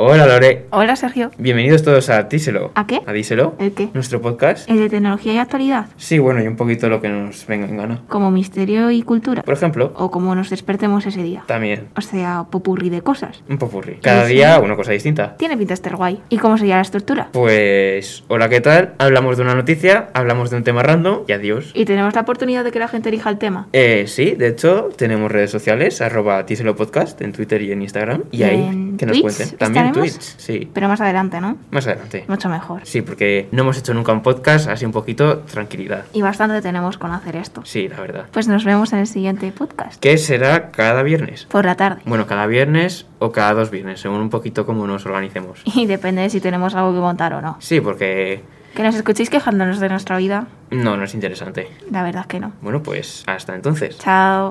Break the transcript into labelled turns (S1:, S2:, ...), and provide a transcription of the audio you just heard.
S1: Hola Lore,
S2: Hola Sergio,
S1: bienvenidos todos a Díselo.
S2: ¿A qué?
S1: ¿A Díselo?
S2: ¿El qué?
S1: ¿Nuestro podcast?
S2: ¿El de tecnología y actualidad?
S1: Sí, bueno, y un poquito lo que nos venga en gana.
S2: ¿Como misterio y cultura?
S1: Por ejemplo,
S2: ¿O como nos despertemos ese día?
S1: también,
S2: O sea, popurrí de cosas.
S1: un popurrí. Cada
S2: Sí, sí.
S1: día una cosa distinta.
S2: Tiene pinta de estar guay. ¿Y cómo sería la estructura?
S1: Pues, hola, ¿qué tal? Hablamos de una noticia, hablamos de un tema random y adiós.
S2: Y tenemos la oportunidad de que la gente elija el tema.
S1: Eh, sí, de hecho, tenemos redes sociales, arroba Díselo Podcast en Twitter y en Instagram. Y ahí,
S2: ¿En
S1: que nos
S2: Twitch
S1: cuenten. También
S2: estaremos?
S1: Twitch, sí.
S2: Pero más adelante, ¿no?
S1: Más adelante.
S2: Mucho mejor.
S1: Sí, porque no hemos hecho nunca un podcast, así un poquito tranquilidad.
S2: Y bastante tenemos con hacer esto.
S1: Sí, la verdad.
S2: Pues nos vemos en el siguiente podcast.
S1: ¿Qué será cada viernes?
S2: Por la tarde.
S1: Bueno, cada viernes o cada dos viernes, según un poquito cómo nos organicemos.
S2: Y depende de si tenemos algo que contar o no.
S1: Sí, porque
S2: Que nos escuchéis quejándonos de nuestra vida.
S1: no, no es interesante.
S2: La verdad es que no.
S1: Bueno, pues hasta entonces.
S2: Chao.